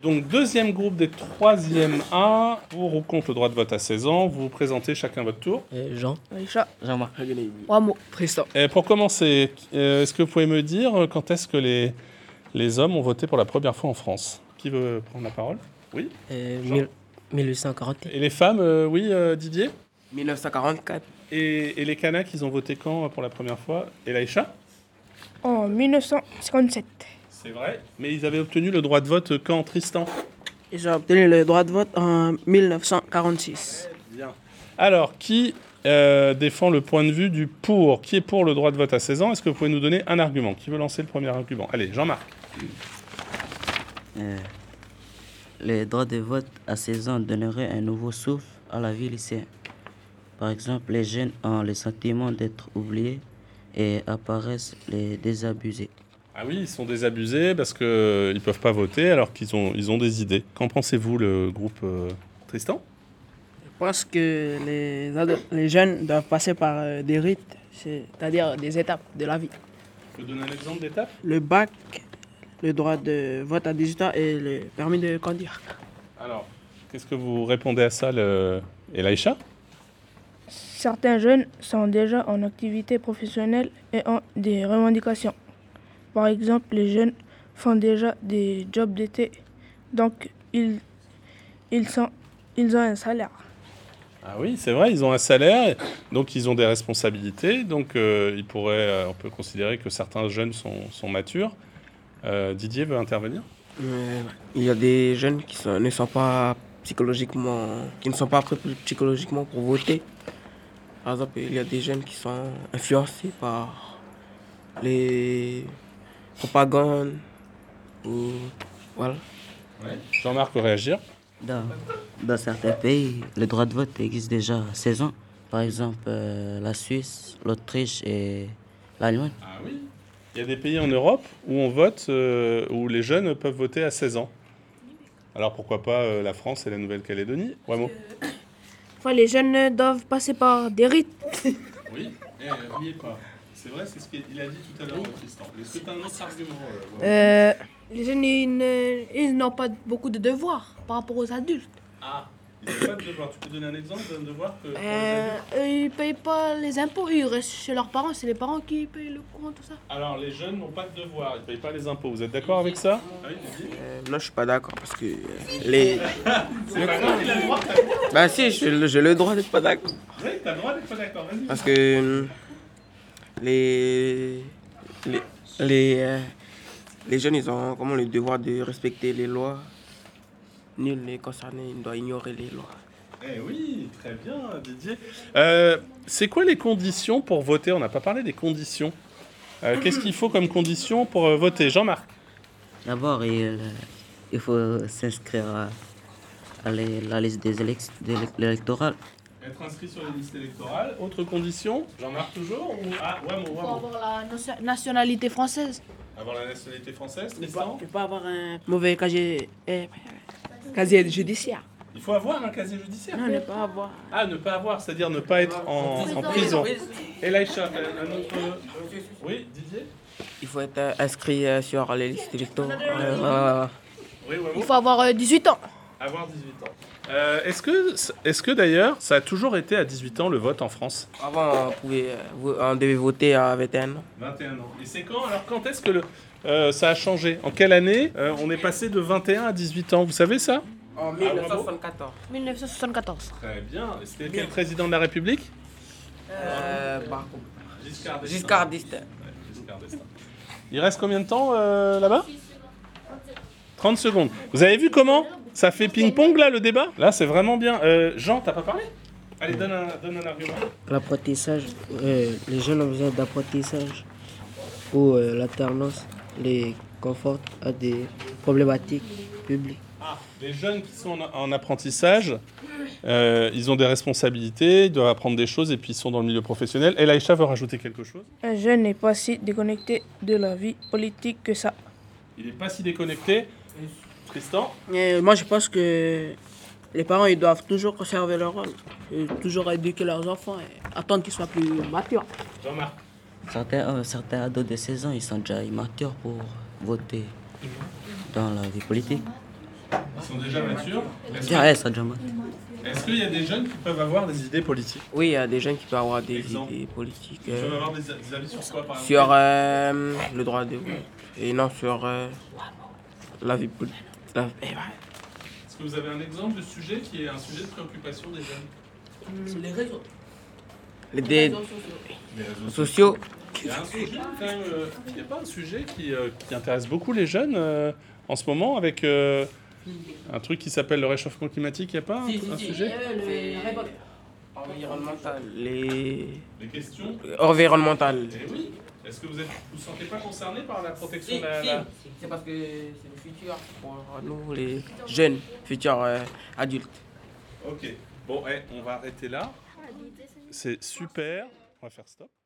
Donc, deuxième groupe des troisième A. Pour ou contre le droit de vote à 16 ans, vous vous présentez chacun votre tour. Euh, Jean, Richard, Jean-Marc. trois mots. Tristan. Et pour commencer, euh, est-ce que vous pouvez me dire euh, quand est-ce que les, les hommes ont voté pour la première fois en France Qui veut prendre la parole Euh, Jean. mille- 1840. Et les femmes, euh, oui, euh, Didier 1944. et, et les Kanaks, ils ont voté quand euh, pour la première fois Et Laïcha En 1957. C'est vrai. Mais ils avaient obtenu le droit de vote euh, quand, Tristan Ils ont obtenu le droit de vote en 1946. Bien. Alors, qui euh, défend le point de vue du pour Qui est pour le droit de vote à 16 ans Est-ce que vous pouvez nous donner un argument Qui veut lancer le premier argument Allez, Jean-Marc. Euh, le droit de vote à 16 ans donnerait un nouveau souffle à la vie lycéenne. Par exemple, les jeunes ont le sentiment d'être oubliés et apparaissent les désabusés. Ah oui, ils sont désabusés parce qu'ils ne peuvent pas voter alors qu'ils ont, ils ont des idées. Qu'en pensez-vous, le groupe euh, Tristan Je pense que les, ado- les jeunes doivent passer par euh, des rites, c'est-à-dire des étapes de la vie. Je peux donner un exemple d'étape Le bac, le droit de vote à 18 ans et le permis de conduire. Alors, qu'est-ce que vous répondez à ça, le... Elaïcha Certains jeunes sont déjà en activité professionnelle et ont des revendications. Par exemple, les jeunes font déjà des jobs d'été, donc ils, ils, sont, ils ont un salaire. Ah oui, c'est vrai, ils ont un salaire, donc ils ont des responsabilités, donc euh, ils pourraient, euh, on peut considérer que certains jeunes sont, sont matures. Euh, Didier veut intervenir Euh, il y a des jeunes qui ne sont pas psychologiquement, qui ne sont pas prêts psychologiquement pour voter. Par exemple, il y a des jeunes qui sont influencés par les propagandes ou voilà. Jean-Marc veut réagir. Dans, dans certains pays, le droit de vote existe déjà à 16 ans. Par exemple, euh, la Suisse, l'Autriche et l'Allemagne. Ah oui Il y a des pays en Europe où on vote, euh, où les jeunes peuvent voter à 16 ans. Alors pourquoi pas euh, la France et la Nouvelle-Calédonie Wamo Enfin, les jeunes doivent passer par des rites. Oui, n'oubliez pas. C'est vrai, c'est ce qu'il a dit tout à l'heure, Tristan. Est-ce que tu as un autre argument Euh, les jeunes, ils ne- ils n'ont pas beaucoup de devoirs par rapport aux adultes. Ah, il n'y a pas de devoir. Tu peux donner un exemple d'un devoir que... Euh, eux, ils payent pas les impôts, ils restent chez leurs parents, c'est les parents qui payent le courant, tout ça. Alors, les jeunes n'ont pas de devoir, ils ne payent pas les impôts. Vous êtes d'accord avec ça Ah oui, non, Euh, je suis pas d'accord parce que euh, les. C'est pas grave, il a le droit. t'as- Bah si, j'ai le- j'ai le droit d'être pas d'accord. Oui, t'as le droit d'être pas d'accord, vas-y. Parce que hum, les les les, euh, les jeunes ils ont comment le devoir de respecter les lois. Nul n'est concerné, il doit ignorer les lois. Eh oui, très bien, Didier. Euh, c'est quoi les conditions pour voter On n'a pas parlé des conditions. Euh, Qu'est-ce qu'il faut comme condition pour euh, voter Jean-Marc D'abord, il, euh, il faut s'inscrire à, à les- la liste des élec- de l'é- l'électorale. Être inscrit sur les listes électorales. Autre condition Jean-Marc toujours ou... Ah, ouais, mon, Pour avoir la no- nationalité française. Avoir la nationalité française, Ne pas, ne pas avoir un mauvais casier, euh, casier judiciaire. Il faut avoir un casier judiciaire. Non, ne pas avoir. Ah, ne pas avoir, c'est-à-dire ne pas être en, en prison. Et Laïcha, un autre... Oui, Didier Il faut être euh, inscrit euh, sur les listes électorales. Oui, ouais, Il faut avoir euh, 18 ans. Avoir 18 ans. Euh, est-ce que, est-ce que d'ailleurs, ça a toujours été à 18 ans le vote en France avant, on, pouvait, euh, vo- on devait voter à 21 ans. 21 ans. Et c'est quand Alors quand est-ce que le, euh, ça a changé En quelle année euh, on est passé de 21 à 18 ans Vous savez ça En 1974. 1974. Très bien. C'était quel président de la République Giscard Euh, bah, Giscard d'Estaing. Il reste combien de temps euh, là-bas 30 secondes. Vous avez vu comment Ça fait ping-pong là le débat Là c'est vraiment bien. Euh, Jean, t'as pas parlé Allez, donne un, donne un argument. L'apprentissage, euh, les jeunes ont besoin d'apprentissage où euh, l'alternance les conforte à des problématiques publiques. Ah, les jeunes qui sont en, en apprentissage, euh, ils ont des responsabilités, ils doivent apprendre des choses et puis ils sont dans le milieu professionnel. Et Laïcha veut rajouter quelque chose Un jeune n'est pas si déconnecté de la vie politique que ça. Il n'est pas si déconnecté. Tristan Euh, moi, je pense que les parents, ils doivent toujours conserver leur rôle, et toujours éduquer leurs enfants et attendre qu'ils soient plus matures. Jean-Marc Certains, euh, certains ados de 16 ans, ils sont déjà immatures pour voter dans la vie politique. sont déjà matures. Est-ce Tiens, que- eh, ça déjà moi. est-ce qu'il y a des jeunes qui peuvent avoir des idées politiques Oui, il y a des jeunes qui peuvent avoir des Exemple. idées politiques. Ils peuvent euh, avoir des, des avis sur quoi, par exemple sur euh, le droit de vote. Et non, sur euh, la eh ben, vie politique. Est-ce que vous avez un exemple de sujet qui est un sujet de préoccupation des jeunes Les réseaux. Des Les réseaux sociaux. Il y a un sujet, quand même, euh, il n'y a pas un sujet qui, euh, qui intéresse beaucoup les jeunes euh, en ce moment avec euh, un truc qui s'appelle le réchauffement climatique. Il n'y a pas un, un sujet Euh, Environnemental. Les... Les questions Eh Environnemental. Eh oui Est-ce que vous ne vous sentez pas concerné par la protection Si, de la, si, la- C'est parce que c'est le futur pour nous, les jeunes, futurs euh, adultes. Ok. Bon, eh, on va arrêter là. C'est super. On va faire stop.